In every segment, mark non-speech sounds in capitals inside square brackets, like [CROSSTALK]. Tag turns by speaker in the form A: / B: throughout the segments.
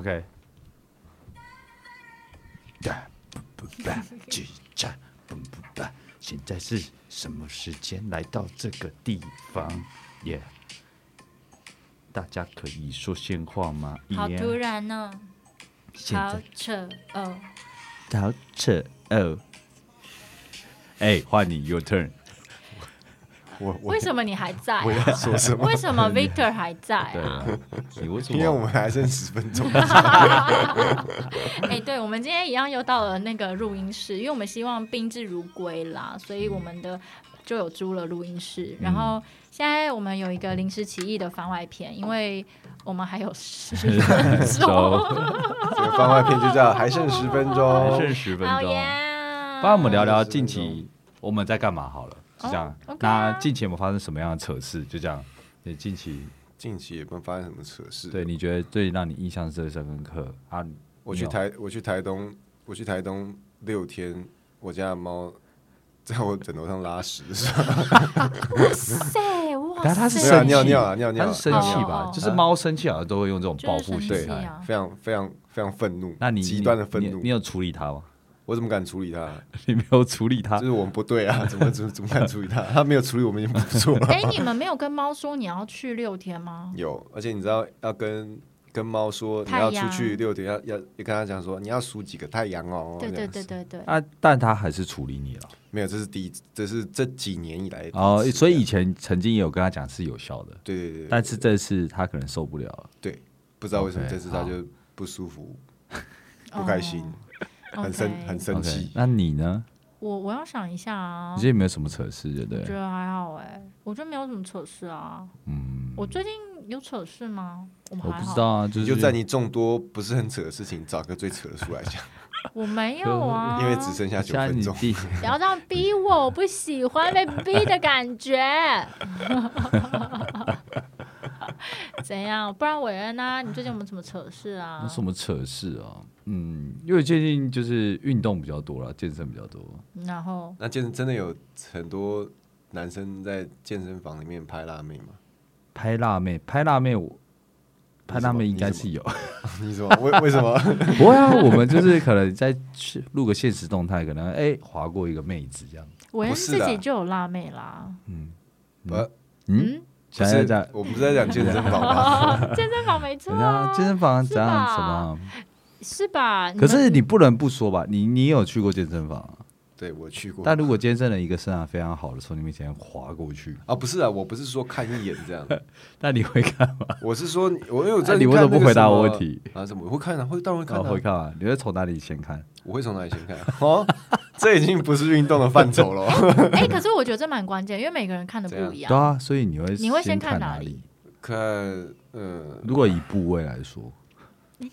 A: OK，
B: 不
C: [LAUGHS]
B: 吧，叽喳，不不吧。现在是什么时间来到这个地方？耶、大家可以说闲话吗？
C: 好
B: 耶
C: 突然呢、
B: 现
C: 好
B: 在
C: 扯哦。
B: 好扯哦。哎，换你，your turn。
A: 我我
C: 为什么你还在、
A: 我
C: 啊？
A: 要说什么？
C: [LAUGHS] 为什么 Victor 还在
B: 对
C: 啊？
A: [LAUGHS]
B: 啊，你为什
A: 因为我
B: 么？
A: 们还剩十分钟，
C: 哎、对，我们今天一样又到了那个录音室，因为我们希望宾至如归啦，所以我们的就有租了录音室。然后现在我们有一个临时起意的番外篇，因为我们还有十分 [LAUGHS] 钟，
A: 这个番外篇就叫还剩十分
B: 还
A: 钟。
B: 剩十分
C: 好
B: 钟。
C: 呀
B: 不然我们聊聊近
A: 十分
B: 期我们在干嘛好了，是这样。
C: OK 啊
B: 那近期有没有发生什么样的扯事？就这样。你近期
A: 近期也不发生什么扯事。
B: 对你觉得最让你印象最深刻啊？
A: 我去
B: 你有
A: 台我去台东，我去台东六天，我家的猫在我枕头上拉屎的 [LAUGHS] 时候，
C: 哇塞，哇塞，
B: 但它是
A: 没有啊
B: 生气
A: 尿尿啊尿尿啊
B: 它是生气吧？
C: 哦
B: 就是猫生气好像都会用这种报复
C: 就是
B: 心
C: 生
A: 对
C: 气
B: 态。
A: [LAUGHS]
C: 啊，
A: 非常非常非常愤怒，
B: 那你
A: 极端的愤
B: 你
A: 怒
B: 你，有啊处理它吗？ [LAUGHS]
A: 我怎么敢处理它？
B: 你没有处理它
A: 就，是我们不对
B: [LAUGHS]
A: 啊，怎么怎么怎么敢处理它？它没有处理我们已经不错了。
C: 哎、你们没有跟猫说你要去六天吗？
A: 有，而且你知道要跟跟猫说你
C: 太
A: 要
C: 阳
A: 出去六点，要要要跟它讲说你要数几个太阳哦。
C: 对
A: 这
C: 对
A: 样
C: 对
A: 子，
C: 对对，
B: 啊，但它还是处理你了。
A: 没有，这是第一，这是这几年以来的第一
B: 哦，
A: 次
B: 所以
A: 这
B: 以
A: 样
B: 前曾经也有跟他讲是有效的，
A: 对对对，
B: 但是这次他可能受不了了。
A: 对，不知道为什么
B: OK，
A: 这次它
B: 好
A: 就不
C: [LAUGHS]
A: 舒服，不开心，
C: 哦
A: 很生
C: OK
A: 很生
B: OK，
A: 气。
B: 那你呢？
C: 我我要想一下啊，
B: 你这有没有什么扯事，对不
C: 我觉
B: 对？
C: 得还好哎、我觉得没有什么扯事啊。
B: 嗯，
C: 我最近有扯事吗？我们
B: 我
C: 还
B: 不
C: 好，
B: 知道啊，就
A: 你
B: 是
A: 就在你众多不是很扯的事情，找个最扯的出来讲，
C: 我没
B: [LAUGHS]
C: 有啊，
A: 因为只剩下九
B: 现在
A: 分
B: 你
A: 钟。
B: 弟，
C: 不要这样逼我，我不喜欢被逼的感觉。 [LAUGHS] 怎样？不然伟恩啊，你最近有没有什么扯事
B: 那
C: 啊？ [LAUGHS]
B: 什么扯事啊？嗯，因为最近就是运动比较多了，健身比较多。
C: 然后
A: 那健真的有很多男生在健身房里面拍辣妹吗？ [LAUGHS]
B: 拍辣妹，拍辣妹我。拍辣妹应该是有，
A: 你说为为什么？ [LAUGHS]
B: 不会啊，我们就是可能在去录个现实动态，可能哎划过一个妹子这样，
C: 伟恩
A: 不是
C: 自
A: 的
C: 己就有辣妹
B: [LAUGHS]
C: 啦。
A: 呃，
B: [LAUGHS] 嗯，
A: 不
B: 现在
A: 是
B: 在，
A: 我不是在讲健身房
C: [LAUGHS]
A: 吧？
C: 哦，健身房没错
B: 人
C: 啊、
B: 家健身房
C: 是
B: 怎样
C: 吧
B: 什么？啊
C: 是吧？
B: 可是
C: 们
B: 你不能不说吧，你你有去过健身房啊、
A: 对我去过，
B: 但如果今天真的一个身啊材非常好的从你面前划过去，
A: 啊，不是啊，我不是说看一眼
B: [LAUGHS]
A: 这样，
B: 那你会看吗？
A: 我是说，我因为我
B: 啊
A: 在
B: 那你为什么不回答我问题
A: 啊？什么？我会看啊，会当然会看
B: 哦会
A: 啊，
B: 看啊？你会从哪里先看？
A: 我会从哪里先看 [LAUGHS] 啊？哦，这已经不是运动的范畴了。 [LAUGHS]
C: 哎、可是我觉得这蛮关键，因为每个人看的
A: 怎样
C: 不一
B: 对
C: 样。
B: 啊，所以你会
C: 你会先
B: 看
C: 看哪
B: 里？
A: 看，嗯，
B: 如果以部位来说，
C: 哎、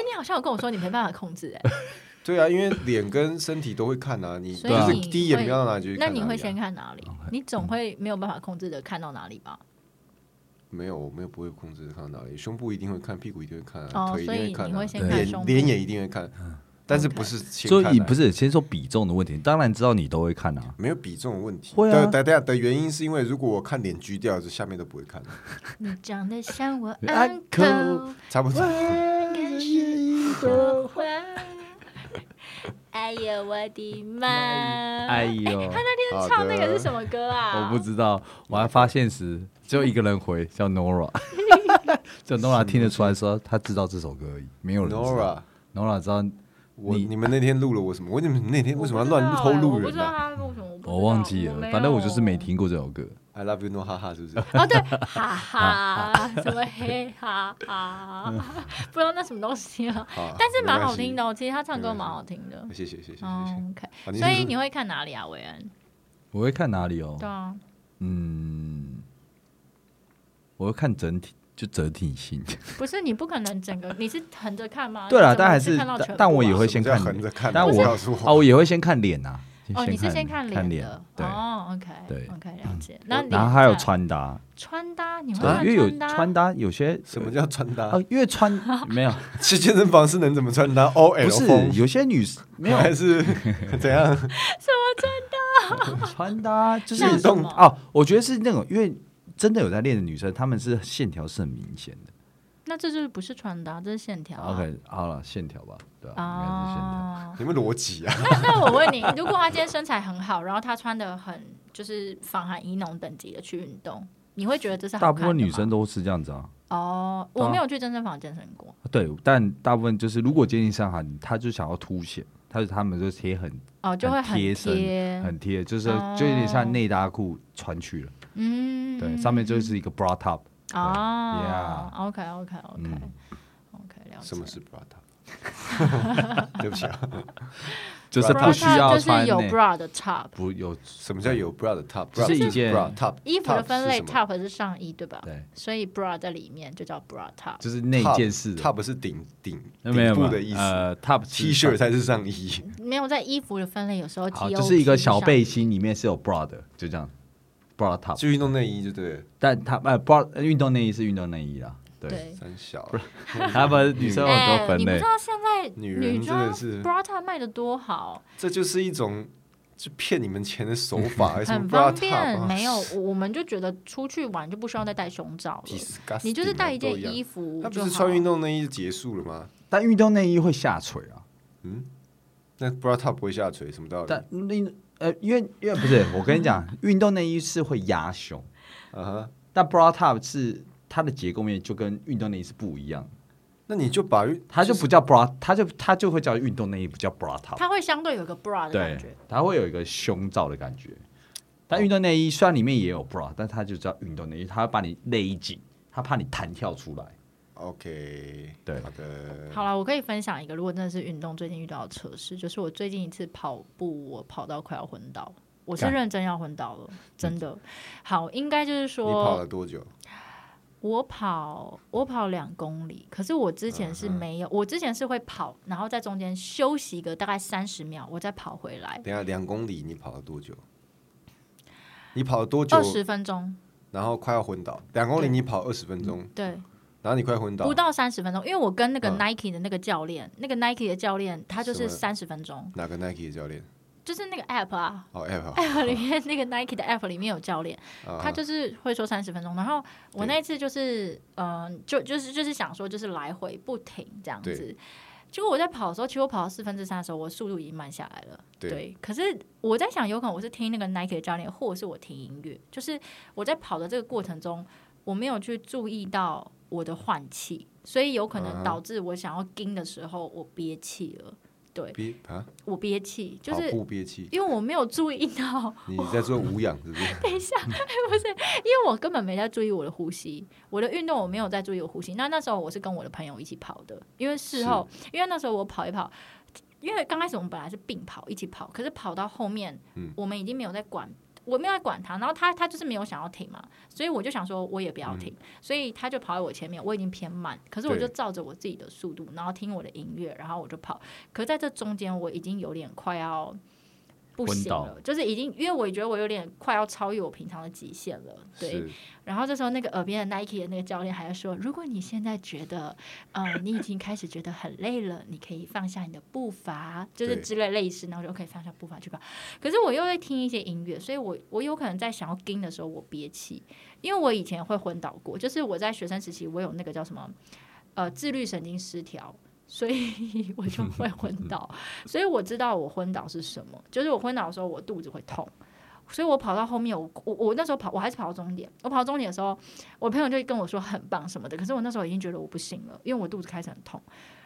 C: 你好像有跟我说你没办法控制、哎，
A: 对啊，因为脸跟身体都会看啊，你
C: 所
A: 就
C: 以
A: 是
C: 你
A: 第一眼
C: 会
A: 瞄到哪里就去
C: 那
A: 看
C: 你
A: 哪
C: 会
A: 里啊嗯
C: 先看哪里？你总会没有办法控制的看到哪里吧？
A: 没有，我没有不会控制看到哪里，胸部一定会看，屁股一定会看啊，
C: 哦
A: 腿一
C: 所
A: 定
C: 以
A: 会看、啊，
C: 你会先
A: 对
C: 看胸
A: 脸
C: 部
A: 脸也一定会看，但是不
C: OK
A: 是先
B: 所
A: 看
B: 以
A: 哪
B: 不
A: 里
B: 是先说比重的问题，当然知道你都会看
C: [LAUGHS]
B: 啊。
A: 没有比重的问题。
B: 会啊
A: 的的的原因是因为如果我看脸锯掉，就下面都不会看了，
C: 你长
A: [LAUGHS]
C: 得像
A: 啊
C: 我
B: Uncle
C: uncle，
A: 差不多。
C: 但是一朵花。哎呦我的妈！
B: 哎呦，
C: 那天唱那个是什么歌啊？
B: 我不知道，我还发现时只有一个人回，叫
C: [LAUGHS]
B: Nora，就 Nora 听得出来说他知道这首歌而已，没有人知道
A: Nora，。
B: Nora 知道，
A: 我
B: 你
A: 你们那天录了我什么？我怎么那天为什么要乱
C: 我
A: 偷
C: 不知道哎
A: 录
C: 我不
A: 人
C: 知道
A: 啊
C: 他为什么，我不知道
B: 我忘记了
C: 没，有
B: 反正我就是没听过这首歌。
A: ？I love you no 哈哈是不是？
B: [LAUGHS]
C: 哦，对，哈哈，什么嘿哈哈， [LAUGHS] 不知道那什么东西了，
A: 好
C: 但是蛮好听的。
A: 嗯啊没
C: 哦。其实他唱歌
A: 没
C: 蛮
A: 关系
C: 好听的
A: 关。系谢谢谢谢谢谢。
C: 嗯，OK。
A: 啊你
C: 所
A: 是哦
C: 以你会看哪里啊，韦恩？
B: 我会看哪里哦？
C: 对啊，
B: 嗯，我会看整体，就整体性。
C: 不是你不可能整个，你是横着看吗？
B: 对啦
C: 你怎么
B: 但还是
C: 看到全部
B: 但
C: 啊
B: 但我也会
A: 什么
B: 先
A: 叫
B: 看
A: 横着看，
B: 但
A: 我
B: 我
A: 告诉
B: 啊，
A: 我，
B: 我也会先看脸呐、
C: 哦，你是先
B: 看
C: 看
B: 脸
C: 的，
B: 对。
C: 哦，OK，
B: 对
C: o k 了解。那
B: 然后
C: 脸
B: 还有
C: 在
B: 穿搭，
C: 穿搭，你会
B: 对，
C: 看
B: 因为有
C: 嗯穿搭？
B: 穿搭有些
A: 什么叫穿搭
B: 啊？？因为
A: [LAUGHS]
B: 穿没有，
A: 去健身房是能怎么穿搭？O
B: 不
A: L
B: 是
A: 风
B: 有些女生没
A: [LAUGHS]
B: 有
A: 还是怎样？
B: 穿搭，就是
C: 像什么
B: 哦、我觉得是那种，因为真的有在练的女生，她们是线条是很明显的，
C: 那这就是不是穿搭，这是线条、啊。
B: OK，好了，线条吧，对吧、应该是线条。
C: 哦，
A: 你们逻辑啊？
C: 那那我问你，如果他今天身材很好，然后他穿的很就是防寒衣农等级的去运动，你会觉得这是好
B: 大
C: 看
B: 部
C: 的
B: 分
C: 吗
B: 女生都是这样子啊，
C: 哦，
B: 对啊
C: 我没有去健身房健身过，
B: 对，但大部分就是如果接近上海，她就想要凸显，她就他们就贴很
C: 哦，就会
B: 很贴身
C: 贴，
B: 很贴，就是
C: 哦
B: 就有点像内搭裤穿去了，
C: 嗯，
B: 对，上面就是一个 bra top，
C: 哦
B: Yeah
C: ，OK OK OK
B: 嗯
C: OK，了解。
A: 什么是 Prada？对不起啊，
B: 就是
A: 它
B: 不需要
C: 就是
B: 穿
C: 有
B: 内，
C: 嗯 bra 的 top，
B: 不有
A: 什么叫有 bra 的 top？
B: 就是一件
A: bra top
C: 衣服的分类
A: top 是什么
C: top 是上衣对吧？
B: 对，
C: 所以 bra 在里面就叫 bra top。
B: 就是内件式的
A: top 是顶顶
B: 呃没有
A: 顶部的意
B: 没有
A: 思
B: 呃 top
A: ，T
B: 是
A: 恤才是上衣。
C: 没有在衣服的分类，有时候 T
B: 好，
C: O
B: 就是一个小背心，里面是有 bra 的，就这样 bra top，
A: 就运动内衣就对了，
B: 但它呃 bra 呃运动内衣是运动内衣啦，对，
C: 对。哎
A: 三小啊
B: 他们女生有很多分
C: 你不
B: 类
C: 知，道现在
A: 女人
C: 女装
A: 真的是
C: bra top 卖的多好，
A: 这就是一种就骗你们钱的手法，什
C: 嗯
A: 么
C: 很
A: bra
C: 方
A: top
C: 便。
A: 啊
C: 没有，我我们就觉得出去玩就不需要再戴胸罩了，
A: ，disgusting，啊
C: 你就是带一件衣
A: 服，
C: 服
A: 他不
C: 就是好。
A: 穿运动内衣就结束了吗？
B: 但运动内衣会下垂啊。
A: 那 bra top 不会下垂，什么道理？
B: 但那呃，因为因为不
A: [LAUGHS]
B: 是，我跟你讲，运动内衣是会压胸，
A: 啊哈，
B: 但 bra top 是它的结构面就跟运动内衣是不一样的，
A: 那你就把运
B: 它就不叫 bra，它就它就会叫运动内衣，不叫 bra top，
C: 它会相对有一个 bra 的
B: 对
C: 感觉。，
B: 它会有一个胸罩的感觉。但运动内衣虽然里面也有 bra，但它就叫运动内衣，它会把你勒紧，它怕你弹跳出来。
A: OK，
B: 对
A: 好的，
C: 好了，我可以分享一个，如果真的是运动最近遇到的测试，就是我最近一次跑步，我跑到快要昏倒，我是
B: 干
C: 认真要昏倒了，真的。好，应该就是
A: 你
C: 说
A: 跑了多久？
C: 我跑我跑两公里，可是我之前是没有，我之前是会跑，然后在中间休息个大概三十秒，我再跑回来
A: 等，一下两公里，你跑了多久？你跑了多久
C: 二？十分钟，
A: 然后快要昏倒，两公里
C: 对
A: 你跑二十分钟，
C: 对，
A: 然后你快昏倒
C: 不，到三十分钟，因为我跟那个
A: 嗯
C: Nike 的那个教练，那个 Nike 的教练他就
A: 什
C: 是
A: 么
C: 三十分钟，
A: 哪个 Nike 的教练？
C: 就是那个 App 啊。 [LAUGHS]
A: 哦，app 啊
C: App 里面那个 Nike 的 App 里面有教练，
A: 啊
C: 他就是会说三十分钟。然后我
A: 对
C: 那一次就是，嗯、就就是就是想说，就是来回不停这样子
A: 对。
C: 结果我在跑的时候，其实我跑到四分之三的时候，我速度已经慢下来了。
A: 对
C: 可是我在想，有可能我是听那个 Nike 的教练，或者是我听音乐，就是我在跑的这个过程中，我没有去注意到我的换气，所以有可
A: 嗯
C: 能
A: 哼
C: 导致我想要盯的时候，我憋气了。对
A: 憋啊，
C: 我憋气，就
A: 跑
C: 是
A: 步憋气，
C: 因为我没有注意到， [LAUGHS]
A: 你在做无氧是不是？
C: 等一下，不是，因为我根本没在注意我的呼吸，我的运动我没有在注意我呼吸。那那时候我是跟我的朋友一起跑的，因为事后，因为那时候我跑一跑，因为刚开始我们本来是并跑一起跑，可是跑到后面，
A: 嗯
C: 我们已经没有在管。我没有在管他，然后他他就是没有想要停嘛，所以我就想说我也不要停，所以他就跑在我前面，我已经偏慢，可是我就
A: 对
C: 照着我自己的速度，然后听我的音乐，然后我就跑。可是在这中间，我已经有点快要不
B: 昏
C: 行
B: 倒
C: 了，就是已经，因为我觉得我有点快要超越我平常的极限了，对。
A: 是，
C: 然后这时候那个耳边的 Nike 的那个教练还在说，如果你现在觉得，呃，你已经开始觉得很累了，你可以放下你的步伐，就是
A: 对
C: 之类类似，然后我就可以放下步伐去跑。可是我又在听一些音乐，所以我我有可能在想要跟的时候我憋气，因为我以前会昏倒过，就是我在学生时期我有那个叫什么，呃，自律神经失调。所以 [LAUGHS] 我就会昏倒，所以我知道我昏倒是什么，就是我昏倒的时候我肚子会痛，所以我跑到后面，我我我那时候跑，我还是跑到终点。我跑到终点的时候，我朋友就跟我说很棒什么的，可是我那时候已经觉得我不行了，因为我肚子开始很痛，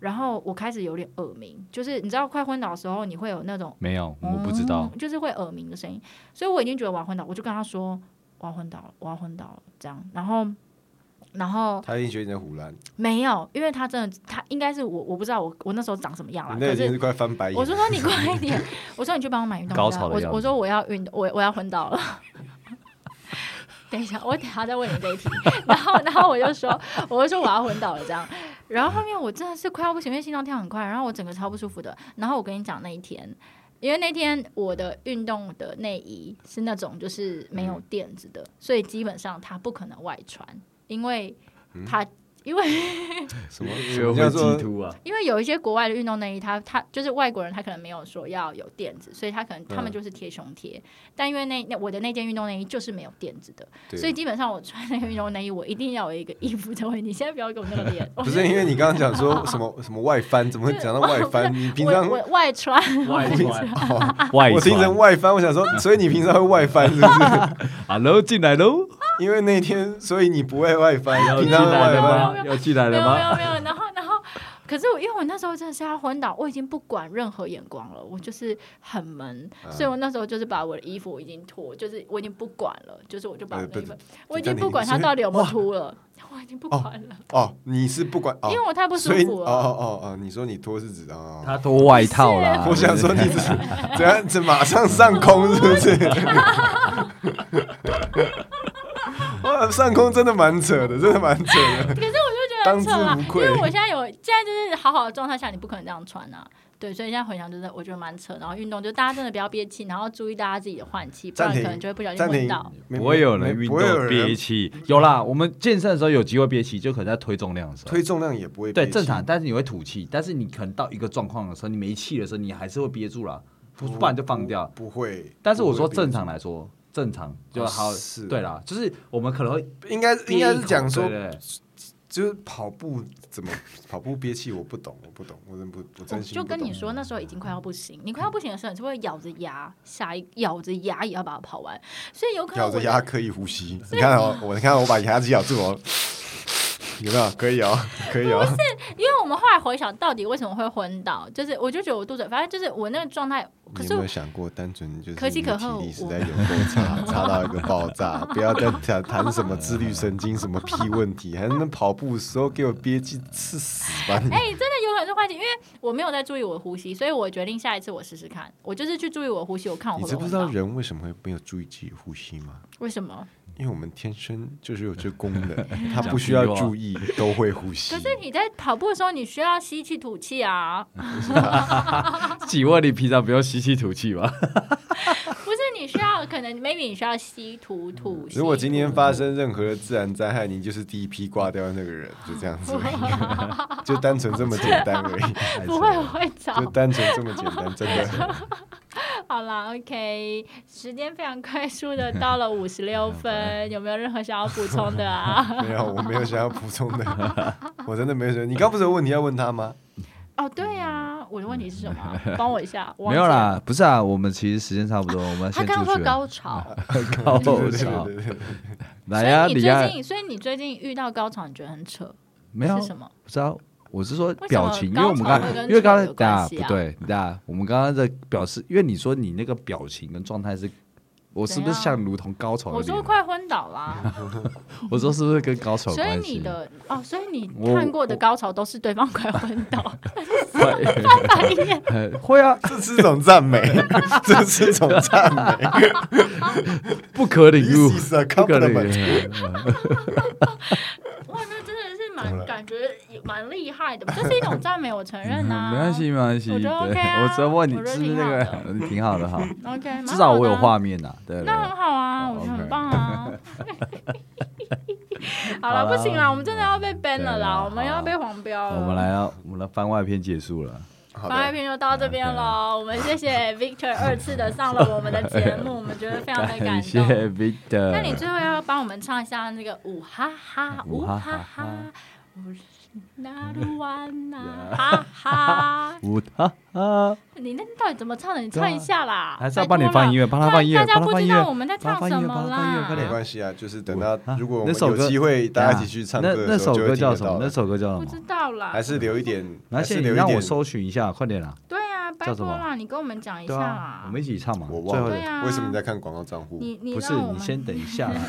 C: 然后我开始有点耳鸣，就是你知道快昏倒的时候，你会有那种
B: 没有，我不知
A: 哦
B: 道。
C: 嗯就是会耳鸣的声音，所以我已经觉得我要昏倒，我就跟他说我要昏倒了，我要昏倒了这样，然后然后
A: 他一定觉得你在胡乱，
C: 没有，因为他真的他应该是我我不知道我我那时候长什么样了，
A: 你那
C: 可
A: 已
C: 啊是
A: 经是快翻白眼
C: 我
A: 了。
C: 就说你快一点， [LAUGHS] 我说你去帮我买运动
B: 高
C: 家
B: 潮的
C: 我
B: 样子
C: 我说我要运动，我我要昏倒了。 [LAUGHS] 等一下，我等一下再问你这一题。 [LAUGHS] 然后，然后我就说，我就说我要昏倒了这样。然后后面我真的是快要不行，因为心脏跳很快，然后我整个超不舒服的。然后我跟你讲那一天，因为那天我的运动的内衣是那种
B: 嗯
C: 就是没有垫子的，所以基本上它不可能外穿，因为它因为
A: 什么？
B: 因
A: 什
B: 为
A: 么
B: 会
A: 叫
B: 截
A: 做
B: 图啊，
C: 因为有一些国外的运动内衣，它它就是外国人，他可能没有说要有垫子，所以他可能他们
A: 嗯
C: 就是贴胸贴。但因为那那我的那件运动内衣就是没有垫子的，
A: 对
C: 所以基本上我穿那个运动内衣，我一定要有一个衣服才会。你现在不要给我那个 [LAUGHS] 脸，
A: 不是因为你刚刚讲说什么什么外翻，怎么会讲到外翻？你平
C: 我
A: 常
C: 我外穿，
B: 外传
A: 哦，
B: [LAUGHS] 外
A: 我听成
B: 传
A: 外翻，我想说，所以你平常会外翻是
C: [LAUGHS]
A: 不是？
B: ，Hello，进来啊喽，
A: 因为那天，所以你不会外翻，
B: 要
A: 你
B: 进
A: 平常会
B: 来
A: 外
B: 了
A: 翻。
B: 吗？要进来
C: [LAUGHS] 没
B: 了
C: 有没有
B: 吗？
C: 没有。然后然后，可是我因为我那时候真的是要昏倒，我已经不管任何眼光了，我就是很闷，所以我那时候就是把我的衣服已经脱，就是我已经不管了，就是我就把我
A: 呃
C: 的衣服
A: 不是，
C: 我已
A: 这
C: 经
A: 你
C: 不管它
A: 是
C: 到底有没有秃了，我已经不管了。
A: 哦，你是不管哦
C: 因，为我太不舒
A: 所以
C: 服啊
A: 哦
C: 了。
A: 哦哦哦，你说你脱是指哦，
B: 他脱外套啦，
A: 我想说你
C: [LAUGHS]
A: 是怎样，这马上上空是不是？哇，上空真的蛮扯的，真的蛮扯的。
C: 可是我就觉得
A: 当
C: 很
A: 之无
C: 扯啦，
A: 愧
C: 啊因为我现在有现在就是好好的状态下，你不可能这样穿啊。对，所以现在回想就是我觉得蛮扯。然后运动就大家真的不要憋气，然后注意大家自己的换气，不然
A: 暂停
C: 可能就会不小心
A: 暂
C: 昏
A: 停
C: 倒。，
A: 没
B: 不会有人运
A: 不会有
B: 动
A: 人
B: 憋气，有啦，我们健身的时候有机会憋气，就可能在推重量的时候。
A: 推重量也不会
B: 对，
A: 憋气
B: 正常，但是你会吐气，但是你可能到一个状况的时候，你没气的时候，你还是会憋住啦，不不然就放掉。
A: 不会。
B: 但是我说
A: 不会
B: 正
A: 憋
B: 常来说，正常就
A: 哦
B: 好，
A: 是
B: 对啦，就是我们可能会
A: 应该
B: 憋
A: 应该
B: 一
A: 是
B: 口
A: 讲说
B: 对，对对
A: 就是跑步怎么 [LAUGHS] 跑步憋气，我不懂，我不懂，我真不我
C: 我
A: 真
C: 哦
A: 心
C: 就
A: 不
C: 跟你
A: 懂
C: 说，那时候已经快要不行。你快要不行的时候，你是会咬着牙下一咬着牙也要把它跑完，所以有可能
A: 咬着
C: 我
A: 牙可以呼吸。你看哦，我你看我把牙齿咬住哦， [LAUGHS] 有没有？可以哦，可以哦。
C: 因为我们后来回想到底为什么会昏倒，就是我就觉得我肚子，反正就是我那个状态，可
A: 你
C: 是
A: 有没
C: 我
A: 有想过，单纯就是
C: 可喜
A: 你
C: 可
A: 的
C: 贺
A: 体力实
C: 我
A: 在有够差，差到一个爆
C: [LAUGHS]
A: 炸，不要再谈谈什么自律神经什么屁问题，还能跑步的时候给我憋气，吃死吧你！
C: 哎、真的有可能是换气，因为我没有在注意我的呼吸，所以我决定下一次我试试看，我就是去注意我的呼吸，我看我
A: 你
C: 会
A: 知
C: 不
A: 不
C: 会
A: 知
C: 昏倒。
A: 道人为什么会没有注意自己呼吸吗？
C: 为什么？
A: 因为我们天生就是有这
B: [LAUGHS]
A: 功能，它不需要
B: 讲屁话
A: 注意都会呼吸
C: 可。是你在跑步的时候，你需要吸气吐
B: [LAUGHS]
C: 气啊，
B: 请问你平常不用吸气吐气吗？
C: 不是你需要，可能 maybe 你需要吸吐吐。吸
A: 如果今天
C: 吐
A: 发生任何的自然灾害，你就是第一批挂掉的那个人，
C: [LAUGHS]
A: 就这样子而已，就单纯这么简单而
C: [LAUGHS]
A: 已，
C: 不会，我会找。
A: 就单纯这么简单，真的。
C: [LAUGHS] 好啦 o k 时间非常快速的
B: [LAUGHS]
C: 到了五十六分，有没有任何想要补充
B: [LAUGHS]
C: 的啊？
A: 没有，我没有想要补充的，我真的没有什么。你刚不是有问题要问他吗？
C: 哦，对啊，我的问题是什么
B: [LAUGHS]
C: 啊？帮我一下，我忘
B: 没有
C: 记了。
B: 啦，不是啊，我们其实时间差不多，我们要
C: 他
B: 先
C: 刚刚
B: 出
C: 说
B: 去了。
C: 高潮，
B: [LAUGHS] 高
A: 对对对
B: 潮
A: 对，对对对
B: 来呀，
C: 所以你
B: 李呀
C: 最，近，所以你最近遇到高潮，你觉得很扯，
B: 没有
C: 是什么？
B: 不是啊，我是说表情，
C: 为
B: 因
C: 什么
B: 为我们刚
C: 高潮会跟
B: 因为刚才
C: 丑有
B: 等
C: 关
B: 下
C: 系啊
B: 不对，等下我们刚刚的表示，因为你说你那个表情跟状态是，我是不是
C: 怎样
B: 像如同高潮
C: 我
B: 的脸？
C: 说快昏倒啦，
B: 我说 [LAUGHS] 是不是跟高潮有
C: 所以
B: 关系？
C: 你的哦，所以你
B: 我
C: 看过的高潮都是对方快昏倒，
B: [LAUGHS] 会 [LAUGHS] 呃会啊，
A: 这是一种
B: [LAUGHS]
A: 赞美，这是一种
C: [LAUGHS]
A: 赞美。
B: 不可领悟
A: This，is a
B: 不可领
A: compliment。
B: 悟。
C: 哇，那真的是蛮感觉也蛮厉害的，这是一种赞美，我承认
B: 嗯
C: 啊，
B: 没关系，没关系。
C: 我
B: 对，
C: 觉得 OK 啊
B: 我只要问你
C: 我觉得
B: 是不是那
C: 挺好
B: 个， [LAUGHS] 你挺好的哈。
C: ，OK，蛮
B: 至少
C: 好
B: 我有
C: 的啊
B: 画面呐，对对
C: 那很
B: 对。
C: 好啊，
B: 哦
C: 我觉得
B: OK
C: 很棒啊。
B: [LAUGHS]
C: 好
B: 好啦
C: 了，不行啦，我们真的要被 ban 了
B: 对
C: 啦，
B: 啦
C: 我们要被黄标了。
B: 我们来到我们的番外篇结束了，
A: 好
C: 番外
A: 的，
C: 篇就到这边喽。我们谢谢 Victor 二次的上了我们的节目，我们觉得非常的
B: [LAUGHS]
C: 感
B: 感谢
C: 动。
B: Victor。
C: 那你最后要帮我们唱一下那个舞哈哈，
B: 舞
C: 舞
B: 哈
C: 哈
B: 哈
C: 哈，
B: [LAUGHS]
C: 舞那鲁湾呐，哈哈。
B: 我哈哈，
C: 你那到底怎么唱的？你唱一下啦，
B: 啊还是要帮你放音乐，帮他
C: 拜托啦
B: 放音乐，
C: 大家
B: 帮他
C: 不
B: 放
C: 知
B: 音乐
C: 道我。们在
B: 帮他放
C: 唱什
B: 音乐
C: 么
B: 帮他放音乐
C: 啦
B: 快。点
A: 没关系啊，就是等到
B: 啊
A: 如果我们
B: 那首
A: 有
B: 歌
A: 机会大家一起去唱
B: 那
A: 歌
B: 那
A: 的时
B: 首
A: 候，就
B: 歌
A: 会听
B: 叫
A: 得
B: 什么
A: 到？
B: 那
A: 了。
B: 首歌叫
C: 不
B: 什
C: 知
B: 么？
C: 道啦，
A: 还是留一点，
B: 而
A: 还
B: 且
A: 是
B: 你
A: 留一
B: 让我
A: 点。
B: 搜寻一下，快点啦！
C: 对啊，拜
B: 叫什
C: 托
B: 么
C: 啦，你跟我们讲一下
B: 对啊
C: 啦，
B: 我。们一起唱嘛。
A: 我
B: 最
A: 忘
B: 后
C: 对啊
A: 了，为什么你在看广告账户？
C: 你你
B: 不是
C: 让我
B: 你
C: 们
B: 先等一下
A: [LAUGHS]
B: 啦，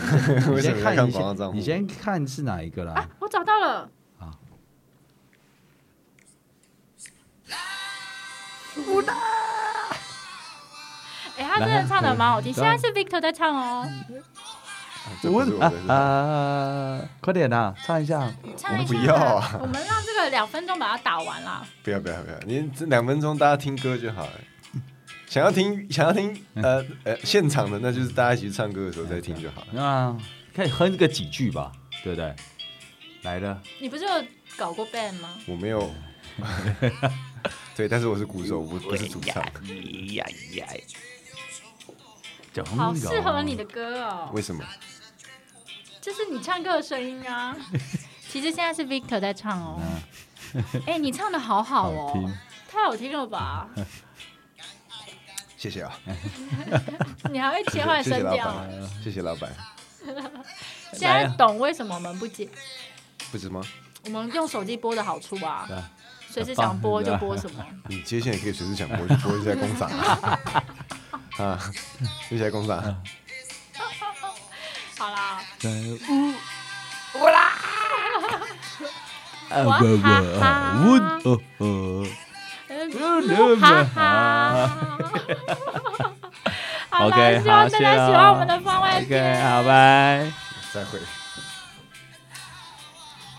A: 为
B: 你
A: 什
B: 先
A: 么
B: 看
A: 在看
B: 一
A: 广告
B: 下
A: 账，户？
B: 你先看是哪一个啦
C: 啊？，我找到了。
B: 啊
C: 啊！哎，他真的唱的蛮好听。现在是 Victor 在唱哦，
A: 这不是我的，
B: 啊啊！快点啦，唱一下。
C: 唱一
A: 我
C: 下。
A: 不要啊
C: 我们让这个两分钟把它打完啦。
A: 不要不要不要，你这两分钟大家听歌就好了。想要听想要听呃呃现场的，那就是
B: 啊
A: 大家一起去唱歌的时候再听就好了。
B: 那可以哼个几句吧，对不对？来了，
C: 你不是有搞过 band 吗？
A: 我
B: [LAUGHS]
A: 没有，对，但是我是鼓手，不不是主
C: 哎
A: 唱。
B: 呀呀，啊
C: 好适合你的歌哦，
A: 为什么？
C: 这是你唱歌的声音
A: [LAUGHS]
C: 啊。其实现在是 Victor 在唱哦。
A: 啊
C: [LAUGHS] 哎、你唱的好好哦，
B: 好听
C: 太好听了
A: [LAUGHS]
C: 吧？
A: 谢谢啊，
C: 你还会切换
A: 谢谢
C: 声
A: 老
C: 调。
A: 板，谢谢老板，
C: 现在懂为什么我们不接，
A: 不止吗？
C: 我们用手机播的好处
A: [LAUGHS]
C: 啊
B: 对啊，
C: 随时想播就播什么。
A: 你接线也可以随时想播，就播一下工厂啊， [LAUGHS] 啊，一下工厂。
C: 好啦，
B: 啊
C: 哇
B: 不不
C: 哈
B: 啊
C: 哈
B: 问哦哦，
C: 嗯哈
A: [LAUGHS]
C: 哈。好啦
B: OK，
C: 希望
B: 好
C: 大
B: 谢
C: 家
B: 了
C: 喜欢我们的番外篇。
B: ，OK，好，拜。
A: 再会。